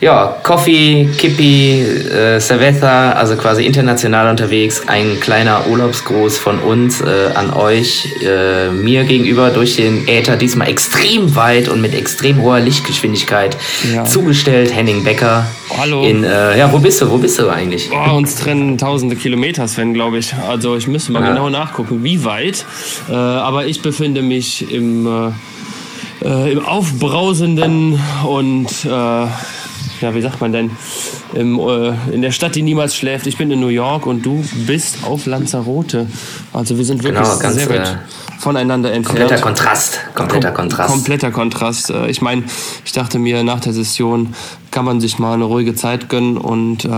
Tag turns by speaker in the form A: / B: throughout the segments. A: Ja, Coffee, Kippi, äh, Cerveza, also quasi international unterwegs. Ein kleiner Urlaubsgruß von uns äh, an euch, äh, mir gegenüber durch den Äther, diesmal extrem weit und mit extrem hoher Lichtgeschwindigkeit
B: Ja.
A: zugestellt. Henning Becker.
B: Hallo.
A: In, äh, ja, wo bist du? Wo bist du eigentlich?
B: Boah, uns trennen tausende Kilometer, Sven, glaube ich. Also ich müsste mal
A: Ja.
B: genau nachgucken, wie weit. Äh, aber ich befinde mich im, äh, äh, im aufbrausenden und, äh, ja, wie sagt man denn, Im, äh, in der Stadt, die niemals schläft. Ich bin in New York und du bist auf Lanzarote. Also wir sind wirklich
A: Genau, ganz,
B: sehr weit voneinander entfernt.
A: Kompletter Kontrast. Kompletter
B: Kom-
A: Kontrast.
B: Kompletter Kontrast. Äh, Ich meine, ich dachte mir, nach der Session kann man sich mal eine ruhige Zeit gönnen und äh,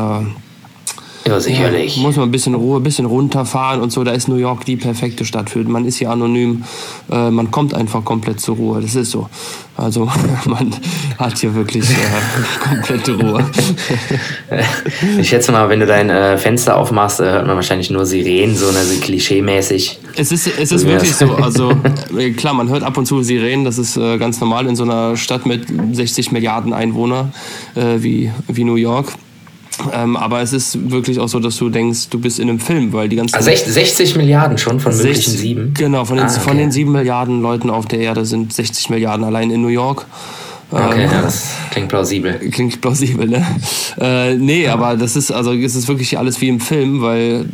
A: ja, sicherlich.
B: muss man ein bisschen Ruhe, ein bisschen runterfahren und so. Da ist New York die perfekte Stadt für. Man ist hier anonym. Äh, man kommt einfach komplett zur Ruhe. Das ist so. Also man hat hier wirklich äh, komplette Ruhe.
A: Ich schätze mal, wenn du dein äh, Fenster aufmachst, äh, hört man wahrscheinlich nur Sirenen, so also klischee-mäßig.
B: Es ist, es ist
A: Ja.
B: wirklich so. Also äh, klar, man hört ab und zu Sirenen. Das ist äh, ganz normal in so einer Stadt mit 60 Milliarden Einwohnern äh, wie, wie New York. Ähm, aber es ist wirklich auch so, dass du denkst, du bist in einem Film, weil die ganzen
A: Ah, sech- 60 Milliarden schon von möglichen
B: 60
A: sieben.
B: Genau, von den,
A: Ah, okay.
B: von den 7 Milliarden Leuten auf der Erde sind 60 Milliarden allein in New York.
A: Okay,
B: Ähm,
A: ja, das klingt plausibel.
B: Klingt plausibel, ne? Äh, nee, aber das ist, also, es ist wirklich alles wie im Film, weil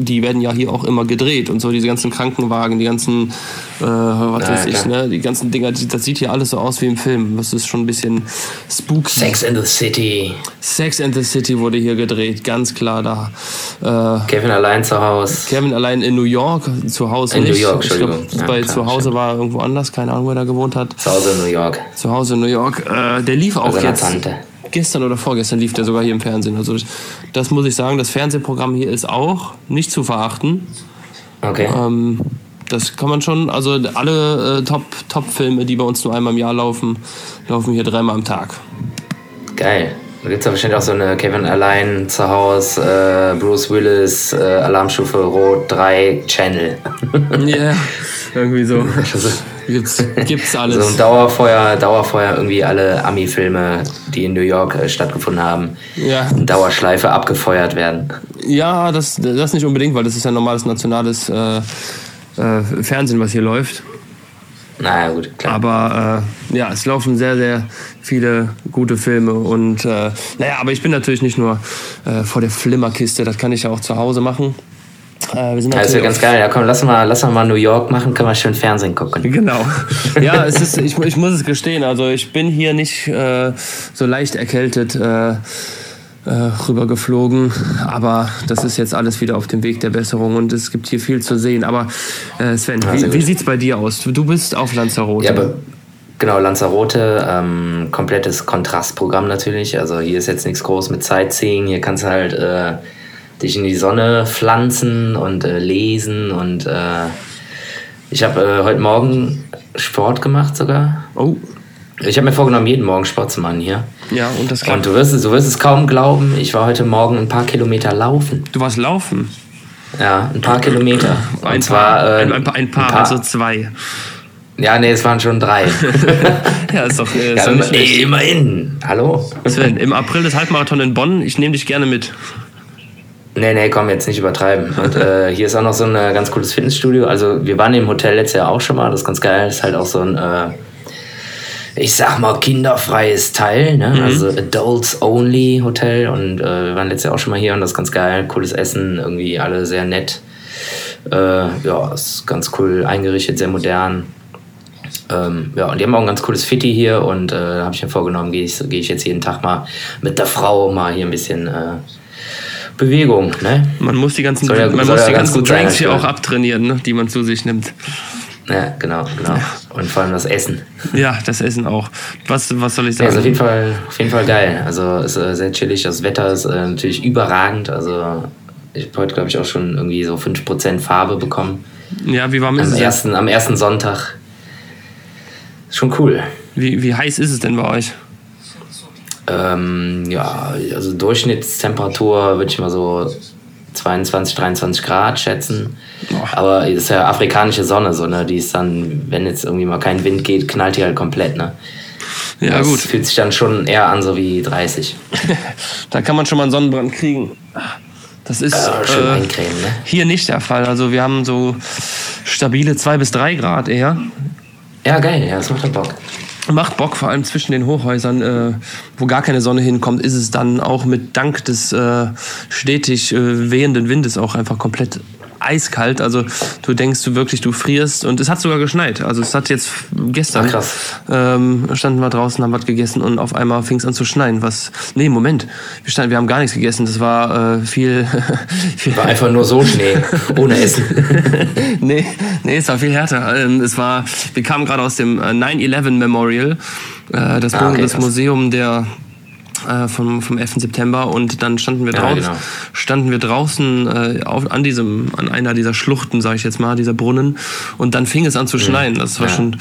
B: die werden ja hier auch immer gedreht und so diese ganzen Krankenwagen, die ganzen, äh, was
A: Ja,
B: weiß
A: ja,
B: ich,
A: klar.
B: ne? Die ganzen Dinger, die- das sieht hier alles so aus wie im Film. Das ist schon ein bisschen spooky.
A: Sex in the City,
B: Sex and the City wurde hier gedreht, ganz klar da. Äh,
A: Kevin allein zu Hause.
B: Kevin allein in New York, zu Hause
A: In
B: nicht.
A: New York,
B: ich glaub,
A: Entschuldigung. Ja,
B: bei
A: klar,
B: zu Hause war er irgendwo anders, keine Ahnung, wo er da gewohnt hat.
A: Zu Hause in New York.
B: Zu Hause in New York. Äh, der lief auch
A: seiner
B: jetzt.
A: Tante.
B: Gestern oder vorgestern lief der sogar hier im Fernsehen. Also das- das muss ich sagen, das Fernsehprogramm hier ist auch nicht zu verachten.
A: Okay.
B: Ähm, das kann man schon, also alle äh, Top- Top-Filme, die bei uns nur einmal im Jahr laufen, laufen hier dreimal am Tag.
A: Geil. Da gibt es ja wahrscheinlich auch so eine Kevin allein zu Hause, äh, Bruce Willis, äh, Alarmstufe Rot 3 Channel.
B: Ja, irgendwie so.
A: Also,
B: Gibt's, gibt's
A: so ein
B: alles.
A: Dauerfeuer, Dauerfeuer irgendwie alle Ami-Filme, die in New York äh, stattgefunden haben,
B: Ja.
A: in Dauerschleife abgefeuert werden.
B: Ja, das, das nicht unbedingt, weil das ist ja normales nationales äh, äh, Fernsehen, was hier läuft.
A: Naja, gut, klar.
B: Aber äh, ja, es laufen sehr, sehr viele gute Filme. Und äh, naja, aber ich bin natürlich nicht nur äh, vor der Flimmerkiste, das kann ich ja auch zu Hause machen. Äh, wir sind
A: Ja, das
B: natürlich
A: wäre ganz geil. Ja, komm, lass mal, lass mal New York machen, können wir schön Fernsehen gucken.
B: Genau. Ja, es ist, ich, ich muss es gestehen, also ich bin hier nicht äh, so leicht erkältet äh, äh, rübergeflogen, aber das ist jetzt alles wieder auf dem Weg der Besserung und es gibt hier viel zu sehen. Aber äh, Sven,
A: sehr
B: wie, wie
A: gut.
B: sieht's bei dir aus? Du bist auf Lanzarote.
A: Also Ja, aber genau, Lanzarote, ähm, komplettes Kontrastprogramm natürlich. Also hier ist jetzt nichts groß mit Sightseeing. Hier kannst du halt äh, dich in die Sonne pflanzen und äh, lesen. Und äh, ich habe äh, heute Morgen Sport gemacht sogar.
B: oh,
A: Ich habe mir vorgenommen, jeden Morgen Sport zu machen hier.
B: ja, und das
A: Und
B: klappt.
A: du wirst, es- du wirst es kaum glauben, ich war heute Morgen ein paar Kilometer laufen.
B: Du warst laufen.
A: Ja, ein paar Kilometer. Und
B: Ein
A: zwar
B: paar,
A: äh,
B: ein, ein, paar, ein paar, also zwei.
A: Ja, nee, es waren schon drei.
B: Ja, ist doch, äh, ist
A: ja,
B: doch
A: immer,
B: nicht schlecht.
A: ey, immerhin. Hallo?
B: Sven, im April ist Halbmarathon in Bonn. Ich nehme dich gerne mit.
A: Nee, nee, komm, jetzt nicht übertreiben. Und äh, hier ist auch noch so ein äh, ganz cooles Fitnessstudio. Also, wir waren im Hotel letztes Jahr auch schon mal. Das ist ganz geil. Das ist halt auch so ein, äh, ich sag mal, kinderfreies Teil. Ne? Also, Adults Only Hotel. Und äh, wir waren letztes Jahr auch schon mal hier und das ist ganz geil. Cooles Essen, irgendwie alle sehr nett. Äh, ja, ist ganz cool eingerichtet, sehr modern. Ähm, ja, und die haben auch ein ganz cooles Fitti hier und äh, habe ich mir vorgenommen, gehe ich, geh ich jetzt jeden Tag mal mit der Frau mal hier ein bisschen äh, Bewegung. Ne?
B: Man muss die ganzen,
A: Soll ja-
B: man
A: soll
B: muss
A: ja
B: die
A: ganz
B: ganzen
A: gut sein,
B: Drinks hier
A: aktuell.
B: auch abtrainieren, ne, die man zu sich nimmt.
A: Ja, genau, genau. Und vor allem das Essen.
B: Ja, das Essen auch. Was, was soll ich
A: Ja, ist auf
B: sagen?
A: jeden Fall, auf jeden Fall geil. Also ist äh, sehr chillig. Das Wetter ist äh, natürlich überragend. Also ich habe heute, glaube ich, auch schon irgendwie so 5% Farbe bekommen.
B: Ja, wie warm
A: Am
B: ist es? Jetzt?
A: ersten, am ersten Sonntag. Schon cool.
B: Wie, wie heiß ist es denn bei euch?
A: Ähm, ja, also Durchschnittstemperatur würde ich mal so 22, 23 Grad schätzen.
B: Boah.
A: Aber es ist ja afrikanische Sonne, so, ne? Die ist dann, wenn jetzt irgendwie mal kein Wind geht, knallt die halt komplett, ne?
B: Ja,
A: das
B: gut.
A: fühlt sich dann schon eher an so wie 30.
B: Da kann man schon mal einen Sonnenbrand kriegen. Das ist
A: Äh, schön
B: äh,
A: eincremen, ne?
B: hier nicht der Fall. Also wir haben so stabile 2 bis 3 Grad eher.
A: Ja, geil, ja, das macht doch Bock.
B: Macht Bock, vor allem zwischen den Hochhäusern, äh, wo gar keine Sonne hinkommt, ist es dann auch mit Dank des äh, stetig äh, wehenden Windes auch einfach komplett eiskalt. Also du denkst du wirklich, du frierst und es hat sogar geschneit. Also es hat jetzt gestern
A: Ah, krass.
B: Ähm, standen wir draußen, haben was gegessen und auf einmal fing es an zu schneien. Was? Nee, Moment. Wir, standen, wir haben gar nichts gegessen. Das war äh, viel, viel
A: War einfach nur so Schnee, ohne Essen.
B: nee, nee, es war viel härter. Ähm, es war, wir kamen gerade aus dem äh, 9-11 Memorial, äh, das,
A: Ah, okay,
B: das
A: krass.
B: Museum der äh, vom, vom 11. September und dann standen wir,
A: Ja,
B: draußen,
A: genau.
B: standen wir draußen äh, auf, an diesem, an einer dieser Schluchten, sage ich jetzt mal, dieser Brunnen und dann fing es an zu schneien. Das war
A: Ja.
B: schon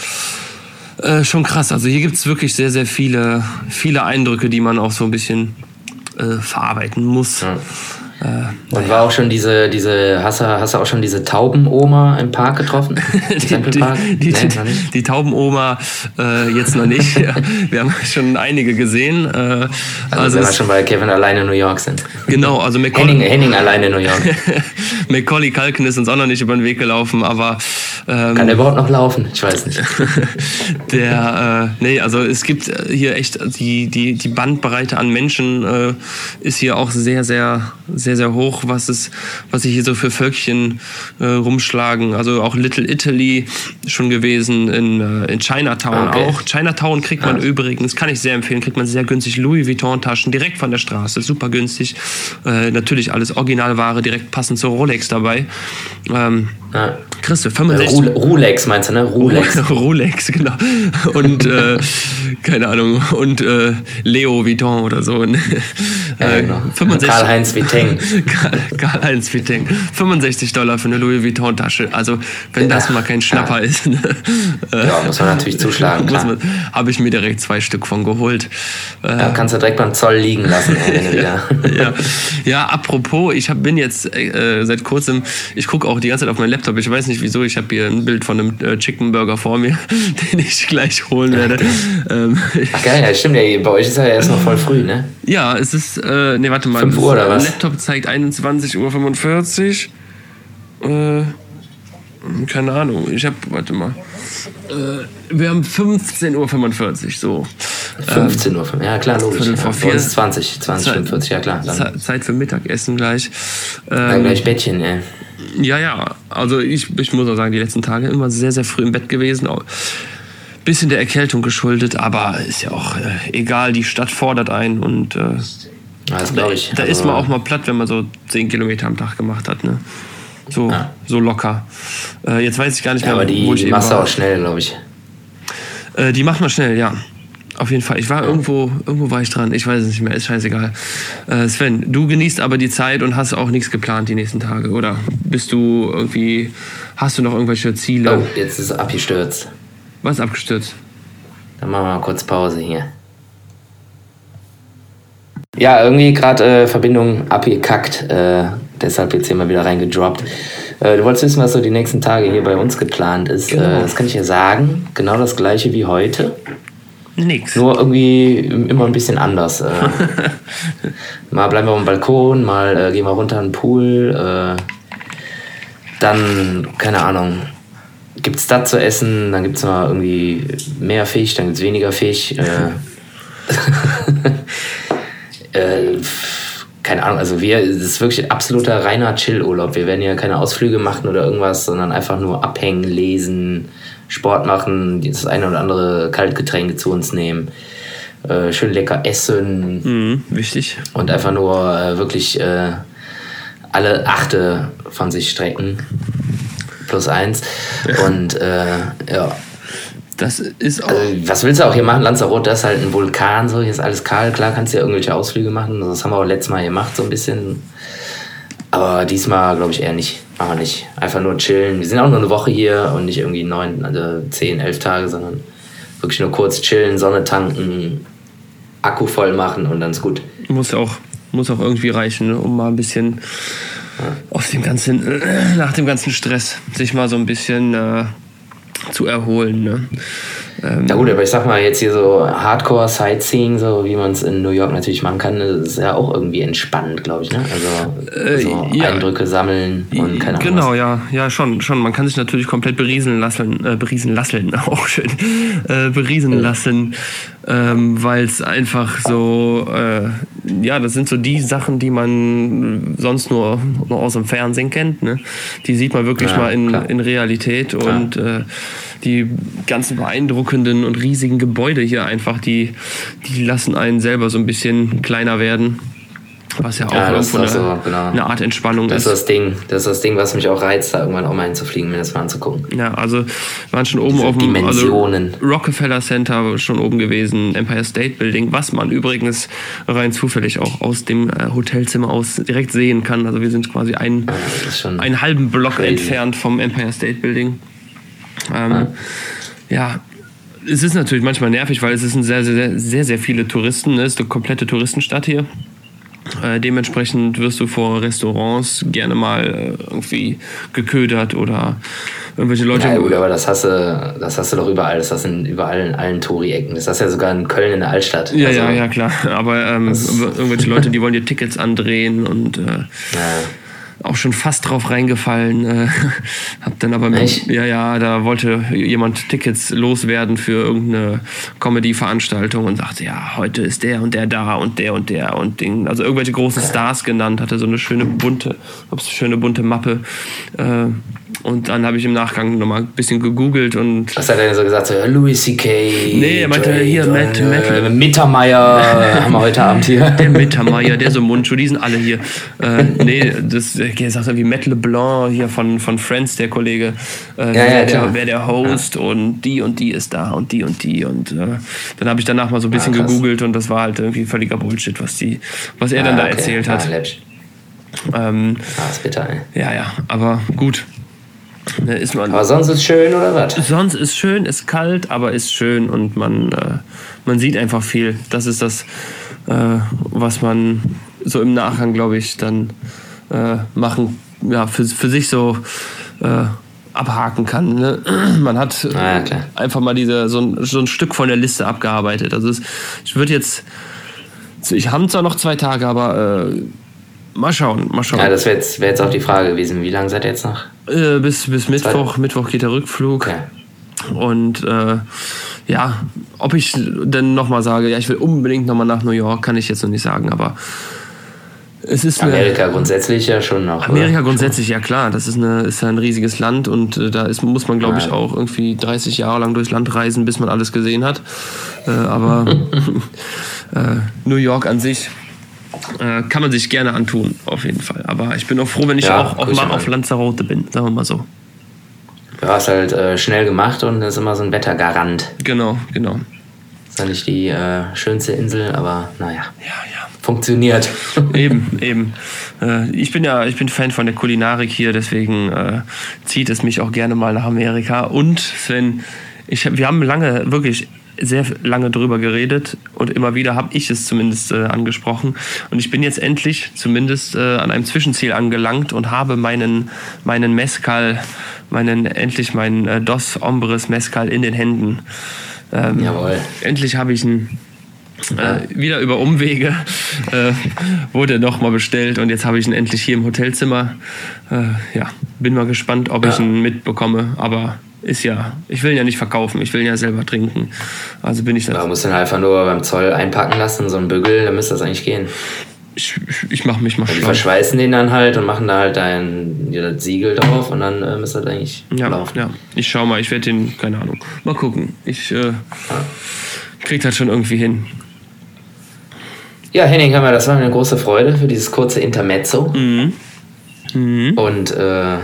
B: äh, schon krass. Also hier gibt es wirklich sehr, sehr viele, viele Eindrücke, die man auch so ein bisschen äh, verarbeiten muss.
A: Und war auch schon diese, diese, hast du, hast du auch schon diese Taubenoma im Park getroffen? Im
B: die, die,
A: Tempelpark? Nee,
B: die,
A: noch
B: die,
A: nicht.
B: die Taubenoma äh, jetzt noch nicht. Wir haben schon einige gesehen. Äh,
A: Also,
B: also
A: wenn wir
B: es,
A: schon bei Kevin alleine in New York sind.
B: genau, also
A: Henning,
B: Macaulay,
A: Henning alleine in New York.
B: Macaulay Culkin ist uns auch noch nicht über den Weg gelaufen, aber ähm,
A: Kann der überhaupt noch laufen? Ich weiß nicht.
B: der, äh, nee, also es gibt äh, hier echt die, die, die Bandbreite an Menschen äh, ist hier auch sehr, sehr, sehr, sehr hoch, was es, was sich hier so für Völkchen äh, rumschlagen. Also auch Little Italy schon gewesen, in, äh, in Chinatown
A: Ah, Okay.
B: auch. Chinatown kriegt man übrigens, kann ich sehr empfehlen, kriegt man sehr günstig Louis Vuitton-Taschen direkt von der Straße, super günstig. Äh, natürlich alles Originalware, direkt passend zur Rolex dabei. Ähm,
A: Ja.
B: kriegst du 65
A: Ru- Rulex meinst du, ne? Rulex.
B: Rolex, genau. Und äh, keine Ahnung. Und äh, Leo Vuitton oder so. Ne?
A: Ja,
B: Äh,
A: genau.
B: 65
A: Karl-Heinz Viteng.
B: Karl- Karl-Heinz Vitting. 65 Dollar für eine Louis Vuitton-Tasche. Also, wenn das
A: Ja.
B: mal kein Schnapper ist. Ne? Äh,
A: Ja, muss man natürlich zuschlagen,
B: muss
A: klar.
B: man- Habe ich mir direkt zwei Stück von geholt. Äh,
A: Da kannst du direkt beim Zoll liegen lassen, ey, wenn du wieder.
B: ja. ja, apropos, ich hab, bin jetzt äh, seit kurzem, ich gucke auch die ganze Zeit auf meinen Laptop, ich weiß nicht wieso, ich habe hier ein Bild von einem äh, Chicken Burger vor mir, den ich gleich holen werde. Ähm,
A: Ach geil, ja, stimmt, ja, bei euch ist ja erst noch voll früh, ne?
B: ja, es ist, äh, nee, warte mal.
A: 5 Uhr oder was?
B: Laptop zeigt 21.45 Uhr. Äh, keine Ahnung, ich habe, warte mal. Äh, wir haben 15.45 Uhr, so.
A: 15 Uhr, fünf- ja klar, logisch.
B: Ähm, Viertel
A: Ja.
B: vor
A: Bei uns
B: vier.
A: 20, 20,
B: Zeit-
A: 45, ja klar. Dann,
B: Ze- Zeit für Mittagessen gleich.
A: dann
B: Ähm,
A: gleich Bettchen, ey.
B: Ja, ja. Also ich, ich muss auch sagen, die letzten Tage immer sehr, sehr früh im Bett gewesen. Auch Bisschen der Erkältung geschuldet, aber ist ja auch äh, egal. Die Stadt fordert ein und äh,
A: Ja, Das
B: da,
A: glaube ich.
B: da
A: Also,
B: ist man auch mal platt, wenn man so 10 Kilometer am Tag gemacht hat. Ne? So,
A: Ja.
B: so locker. Äh, jetzt weiß ich gar nicht
A: Ja,
B: mehr,
A: aber
B: wo
A: die,
B: ich
A: die
B: eben
A: machst du
B: war.
A: auch schnell, glaube ich.
B: Äh, die macht man schnell, ja. Auf jeden Fall. Ich war irgendwo, irgendwo war ich dran. Ich weiß es nicht mehr. Ist scheißegal. Äh, Sven, du genießt aber die Zeit und hast auch nichts geplant die nächsten Tage, oder? Bist du irgendwie, hast du noch irgendwelche Ziele?
A: Oh, jetzt ist es abgestürzt.
B: Was abgestürzt?
A: Dann machen wir mal kurz Pause hier. Ja, irgendwie gerade äh, Verbindung abgekackt. Äh, deshalb jetzt hier mal wieder reingedroppt. Äh, du wolltest wissen, was so die nächsten Tage hier bei uns geplant ist.
B: Genau.
A: Äh, das kann ich dir sagen. Genau das gleiche wie heute.
B: Nix.
A: Nur irgendwie immer ein bisschen anders. Äh, mal bleiben wir am Balkon, mal äh, gehen wir runter in den Pool. Äh, dann, keine Ahnung, gibt es das zu essen, dann gibt es mal irgendwie mehr Fisch, dann gibt es weniger Fisch. Äh, äh, keine Ahnung, also wir, es ist wirklich absoluter reiner Chill-Urlaub. Wir werden hier keine Ausflüge machen oder irgendwas, sondern einfach nur abhängen, lesen, Sport machen, das eine oder andere Kaltgetränke zu uns nehmen, äh, schön lecker essen
B: Mhm, wichtig.
A: und einfach nur äh, wirklich äh, alle Achte von sich strecken. Plus eins. Und äh, ja,
B: Das ist auch.
A: also, was willst du auch hier machen? Lanzarote, das ist halt ein Vulkan, so, hier ist alles kahl. Klar kannst du ja irgendwelche Ausflüge machen. Das haben wir auch letztes Mal gemacht, so ein bisschen. Aber diesmal glaube ich eher nicht. Machen wir nicht. Einfach nur chillen. Wir sind auch nur eine Woche hier und nicht irgendwie neun, also zehn, elf Tage, sondern wirklich nur kurz chillen, Sonne tanken, Akku voll machen und dann ist gut.
B: Muss ja auch, muss auch irgendwie reichen, ne? um mal ein bisschen aus dem ganzen, nach dem ganzen Stress sich mal so ein bisschen äh, zu erholen. Ne?
A: Ähm, Na gut, aber ich sag mal, jetzt hier so Hardcore Sightseeing, so wie man es in New York natürlich machen kann, ist ja auch irgendwie entspannend, glaube ich. Ne? Also, äh, so ja. Eindrücke sammeln und keine Ahnung.
B: Genau, was. ja, ja, schon, schon. Man kann sich natürlich komplett berieseln lassen, äh, berieseln lassen, auch schön, äh, berieseln lassen, ähm, weil es einfach so, äh, ja, das sind so die Sachen, die man sonst nur, nur aus dem Fernsehen kennt. Ne? Die sieht man wirklich ja, mal in, klar. in Realität klar. und äh, die ganzen beeindruckenden und riesigen Gebäude hier einfach, die, die lassen einen selber so ein bisschen kleiner werden. Was ja auch ja, irgendwo eine, so, genau. eine, Art Entspannung
A: das
B: ist.
A: ist. Das Ding, das ist das Ding, was mich auch reizt, da irgendwann auch mal hinzufliegen, mir das mal anzugucken.
B: Ja, also waren schon oben Diese auf dem also Rockefeller Center schon oben gewesen, Empire State Building, was man übrigens rein zufällig auch aus dem äh, Hotelzimmer aus direkt sehen kann. Also wir sind quasi einen, ja, einen halben Block Mhm. crazy. entfernt vom Empire State Building. Ähm, ah. Ja, es ist natürlich manchmal nervig, weil es ist ein sehr, sehr, sehr, sehr viele Touristen. Es ist eine komplette Touristenstadt hier. Äh, dementsprechend wirst du vor Restaurants gerne mal äh, irgendwie geködert oder irgendwelche Leute.
A: Ja, gut, aber das hast, du, das hast du doch überall. Das hast du in, überall in allen Touri-Ecken. Das hast du ja sogar in Köln in der Altstadt.
B: Ja, also, ja, ja, klar. Aber ähm, irgendwelche Leute, die wollen dir Tickets andrehen und. Äh, ja auch schon fast drauf reingefallen. Äh, hab dann aber mit, ja, ja, da wollte jemand Tickets loswerden für irgendeine Comedy-Veranstaltung und sagte, ja, heute ist der und der da und der und der und Ding. Also irgendwelche großen Stars genannt, hatte so eine schöne bunte, ups, schöne bunte Mappe. Äh, und dann habe ich im Nachgang nochmal ein bisschen gegoogelt und.
A: Was hat er denn so gesagt? So, Louis C.K.
B: Nee, er meinte hier Matt, Matt.
A: Äh, Mittermeier haben wir heute Abend hier.
B: Der Mittermeier, der so Mundschuh, die sind alle hier. Äh, nee, das der sagt irgendwie Matt LeBlanc hier von, von Friends, der Kollege. Äh, ja, ja, der, wer der Host ja. und die und die ist da und die und die. Und äh, dann habe ich danach mal so ein bisschen ah, gegoogelt und das war halt irgendwie völliger Bullshit, was, die, was er ah, dann da okay. erzählt hat.
A: Ah, ähm, ah, ist bitter,
B: ey. Ja, ja, aber gut. Ne,
A: Aber sonst ist schön oder was?
B: Sonst ist schön, ist kalt, aber ist schön und man, äh, man sieht einfach viel. Das ist das, äh, was man so im Nachgang, glaube ich, dann äh, machen, ja, für, für sich so äh, abhaken kann. Ne? Man hat ah, ja, einfach mal diese, so, ein, so ein Stück von der Liste abgearbeitet. Also es, ich würde jetzt, ich habe zwar noch zwei Tage, aber äh, mal schauen, mal schauen.
A: Ja, das wäre jetzt, wär jetzt auch die Frage gewesen. Wie lange seid ihr jetzt noch?
B: Äh, bis bis Mittwoch. Zwei. Mittwoch geht der Rückflug. Ja. Und äh, ja, ob ich dann nochmal sage, ja, ich will unbedingt nochmal nach New York, kann ich jetzt noch nicht sagen, aber es ist
A: Amerika eine, grundsätzlich ja schon noch.
B: Amerika oder? grundsätzlich, ja klar. Das ist, eine, ist ja ein riesiges Land und äh, da ist, muss man, glaube ja. ich, auch irgendwie 30 Jahre lang durchs Land reisen, bis man alles gesehen hat. Äh, aber äh, New York an sich äh, kann man sich gerne antun, auf jeden Fall. Aber ich bin auch froh, wenn ich ja, auch, auch mal an. auf Lanzarote bin, sagen wir mal so.
A: Ja, ist halt äh, schnell gemacht und ist immer so ein Wettergarant.
B: Genau, genau.
A: Ist ja nicht die äh, schönste Insel, aber naja.
B: Ja, ja.
A: Funktioniert.
B: eben, eben. Äh, ich bin ja, ich bin Fan von der Kulinarik hier, deswegen äh, zieht es mich auch gerne mal nach Amerika. Und Sven, ich, wir haben lange, wirklich sehr lange drüber geredet und immer wieder habe ich es zumindest äh, angesprochen. Und ich bin jetzt endlich zumindest äh, an einem Zwischenziel angelangt und habe meinen, meinen Mezcal, meinen, endlich meinen äh, Dos Ombres Mezcal in den Händen.
A: Ähm, Jawohl.
B: Endlich habe ich ihn. wieder über Umwege äh, wurde er nochmal bestellt und jetzt habe ich ihn endlich hier im Hotelzimmer. Äh, ja, bin mal gespannt, ob ja. ich ihn mitbekomme, aber ist ja, ich will ihn ja nicht verkaufen, ich will ihn ja selber trinken. Also bin ich
A: da. Man muss den einfach nur beim Zoll einpacken lassen, so ein Bügel, dann müsste das eigentlich gehen.
B: Ich, ich mache mich mal
A: schlau. Die verschweißen den dann halt und machen da halt ein ja, Siegel drauf und dann äh, müsste das eigentlich
B: ja,
A: laufen.
B: Ja, ich schau mal, ich werde den, keine Ahnung, mal gucken. Ich äh, krieg das schon irgendwie hin.
A: Ja, Henning, hör mal, das war mir eine große Freude für dieses kurze Intermezzo.
B: Mhm. Mhm.
A: Und äh,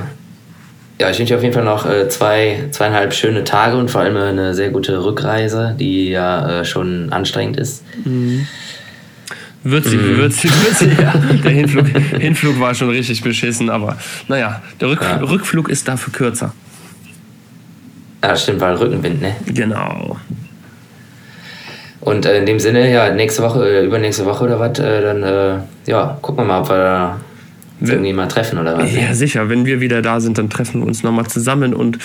A: ja, ich wünsche auf jeden Fall noch äh, zwei, zweieinhalb schöne Tage und vor allem eine sehr gute Rückreise, die ja äh, schon anstrengend ist.
B: Mhm. Wird sie, mhm. wird sie, wird sie. Ja. Der Hinflug, Hinflug war schon richtig beschissen, aber naja, der Rück, ja. Rückflug ist dafür kürzer.
A: Ja, stimmt, weil Rückenwind, ne?
B: Genau.
A: Und äh, in dem äh, Sinne, ja, nächste Woche, übernächste Woche oder was, dann, ja, gucken wir mal, ob wir da Uns irgendwie mal treffen oder was? ne?
B: Ja, genau. sicher. Wenn wir wieder da sind, dann treffen wir uns nochmal zusammen und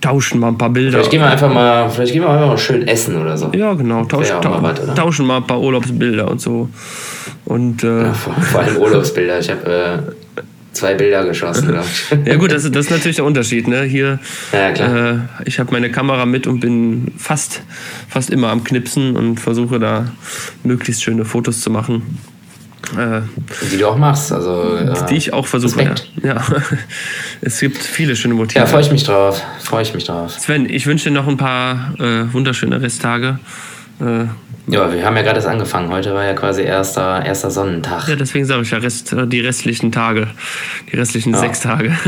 B: tauschen mal ein paar Bilder.
A: Vielleicht gehen wir einfach mal, vielleicht gehen wir einfach mal schön essen oder so.
B: Ja, genau. Tausch,
A: Wäre auch
B: tau
A: mal was, oder?
B: tauschen mal ein paar Urlaubsbilder und so. Und äh, ja.
A: Vor, vor allem Urlaubsbilder. Ich habe äh, zwei Bilder geschossen, glaube ich.
B: gut, das, ist- das ist natürlich der Unterschied. Ne? Hier,
A: Ja, klar.
B: Äh, ich habe meine Kamera mit und bin fast, fast immer am Knipsen und versuche da möglichst schöne Fotos zu machen. Äh,
A: Die du auch machst. Also, äh,
B: die ich auch versuche. Ja.
A: Respekt.
B: ja. Es gibt viele schöne Motive.
A: Ja, freue ich mich drauf. Freue ich mich drauf.
B: Sven, ich wünsche dir noch ein paar äh, wunderschöne Resttage. Äh,
A: Ja, wir haben ja gerade erst angefangen. Heute war ja quasi erster, erster
B: ja,
A: Sonnentag.
B: deswegen sage ich ja Rest, äh, die restlichen Tage, die restlichen sechs Tage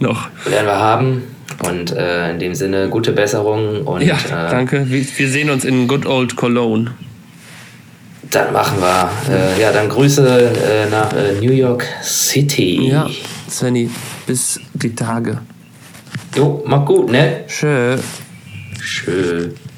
B: noch.
A: Werden wir haben. Und äh, in dem Sinne, gute Besserung. Und
B: Ja,
A: äh,
B: danke. Wir, wir sehen uns in Good Old Cologne.
A: dann machen wir. Äh, ja, dann Grüße äh, nach äh, New York City.
B: Ja, Svenny, bis die Tage.
A: Jo, mach gut, ne?
B: Tschö.
A: Schön.